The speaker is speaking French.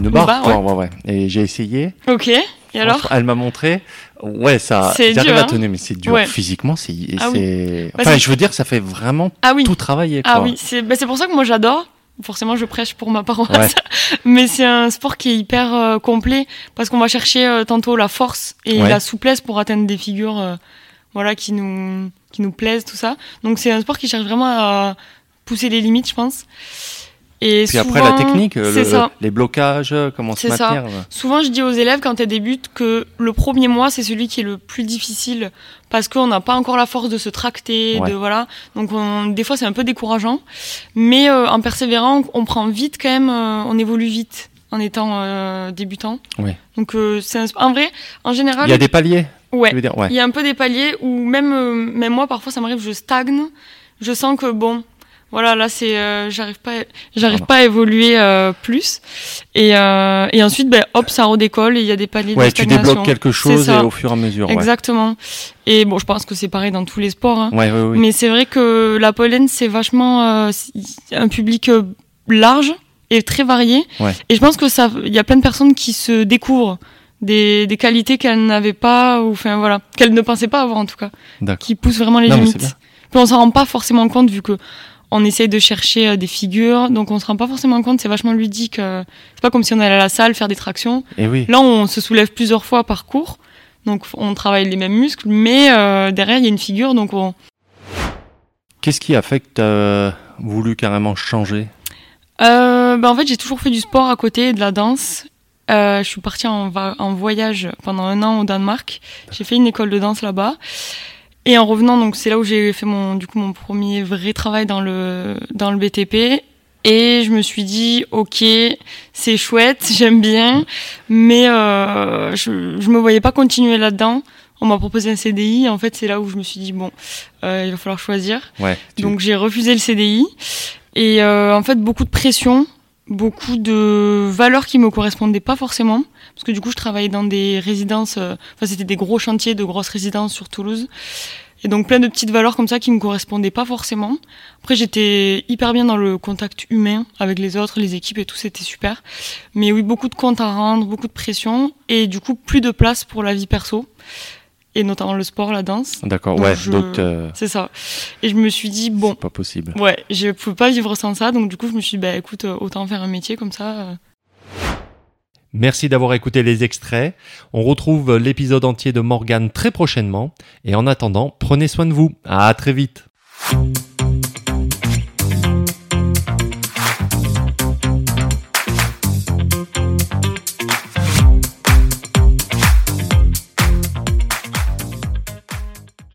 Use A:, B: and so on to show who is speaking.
A: Booba,
B: ouais. ouais, ouais. Et j'ai essayé.
A: Ok. Et alors
B: Franchement, Elle m'a montré. Ouais, ça.
A: C'est
B: j'arrive
A: dur,
B: à
A: hein.
B: tenir, mais c'est dur.
A: Ouais.
B: Physiquement, c'est. et
A: Ah oui.
B: c'est-
A: Bah,
B: Enfin,
A: c'est-
B: je veux dire, ça fait vraiment
A: Ah oui.
B: tout travailler.
A: Ah
B: quoi.
A: oui, c'est bah, c'est pour ça que moi j'adore. Forcément, je prêche pour ma
B: Ouais.
A: paroisse. Mais c'est un sport qui est hyper euh, complet parce qu'on va chercher euh, tantôt la force et
B: Ouais.
A: la souplesse pour atteindre des figures euh, voilà, qui, nous, qui nous plaisent, tout ça. Donc c'est un sport qui cherche vraiment à pousser les limites, je pense. Et
B: Puis après, la
A: souvent-
B: technique, le-
A: c'est ça.
B: les blocages, euh, comment se
A: C'est ça.
B: maintenir.
A: Souvent, je dis aux élèves quand elles débutent que le premier mois, c'est celui qui est le plus difficile parce qu'on n'a pas encore la force de se tracter,
B: Ouais.
A: de voilà. Donc, on- des fois, c'est un peu décourageant, mais euh, en persévérant, on prend vite quand même, euh, on évolue vite en étant euh, débutant.
B: Ouais.
A: Donc, euh, c'est un- en vrai, en général,
B: Il y a des paliers,
A: ouais,
B: tu veux dire. Ouais.
A: il y a un peu des paliers où même, euh, même moi, parfois, ça m'arrive, je stagne. Je sens que bon, voilà, là, c'est, euh, j'arrive pas, à- j'arrive
B: Pardon.
A: pas à évoluer euh, plus. Et, euh, et ensuite, ben, hop, ça redécolle et il y a des paliers
B: Ouais,
A: de
B: tu
A: stagnation.
B: débloques quelque chose et
A: ça.
B: au fur et à mesure. Ouais,
A: Exactement. Et bon, je pense que c'est pareil dans tous les sports. hein.
B: ouais, ouais, ouais.
A: Mais c'est vrai que la pollen, c'est vachement euh, c'est un public euh, large et très varié.
B: Ouais.
A: Et je pense que ça, il y a plein de personnes qui se découvrent des, des qualités qu'elles n'avaient pas ou enfin voilà, qu'elles ne pensaient pas avoir en tout cas,
B: D'accord.
A: qui poussent vraiment les
B: Non, mais c'est bien.
A: limites. Puis on s'en rend pas forcément compte vu que on essaye de chercher euh, des figures, donc on se rend pas forcément compte. C'est vachement ludique. euh, C'est pas comme si on allait à la salle faire des tractions.
B: Et oui.
A: Là, on se soulève plusieurs fois par cours, donc on travaille les mêmes muscles, mais euh, derrière il y a une figure, donc on,
B: Qu'est-ce qui a fait que t'as voulu carrément changer
A: Euh, bah, en fait, j'ai toujours fait du sport à côté et de la danse. Euh, je suis partie en, va- en voyage pendant un an au Danemark. J'ai fait une école de danse là-bas. Et en revenant, donc c'est là où j'ai fait mon du coup mon premier vrai travail dans le dans le BTP. Et je me suis dit, ok, c'est chouette, j'aime bien, mais euh, je je me voyais pas continuer là-dedans. On m'a proposé un CDI. En fait, c'est là où je me suis dit bon, euh, il va falloir choisir.
B: Ouais. tu-
A: Donc j'ai refusé le CDI. Et euh, en fait, beaucoup de pression, beaucoup de valeurs qui me correspondaient pas forcément. Parce que du coup, je travaillais dans des résidences, euh, enfin c'était des gros chantiers, de grosses résidences sur Toulouse. Et donc plein de petites valeurs comme ça qui me correspondaient pas forcément. Après, j'étais hyper bien dans le contact humain avec les autres, les équipes et tout, c'était super. Mais oui, beaucoup de comptes à rendre, beaucoup de pression. Et du coup, plus de place pour la vie perso. Et notamment le sport, la danse.
B: D'accord.
A: donc
B: Ouais.
A: Bah, je-
B: Donc euh,
A: C'est ça. Et je me suis dit, bon,
B: c'est pas possible.
A: Ouais, je pouvais pas vivre sans ça, donc du coup je me suis dit, bah écoute, euh, autant faire un métier comme ça. euh.
C: Merci d'avoir écouté les extraits. On retrouve l'épisode entier de Morgane très prochainement. Et en attendant, prenez soin de vous. À très vite.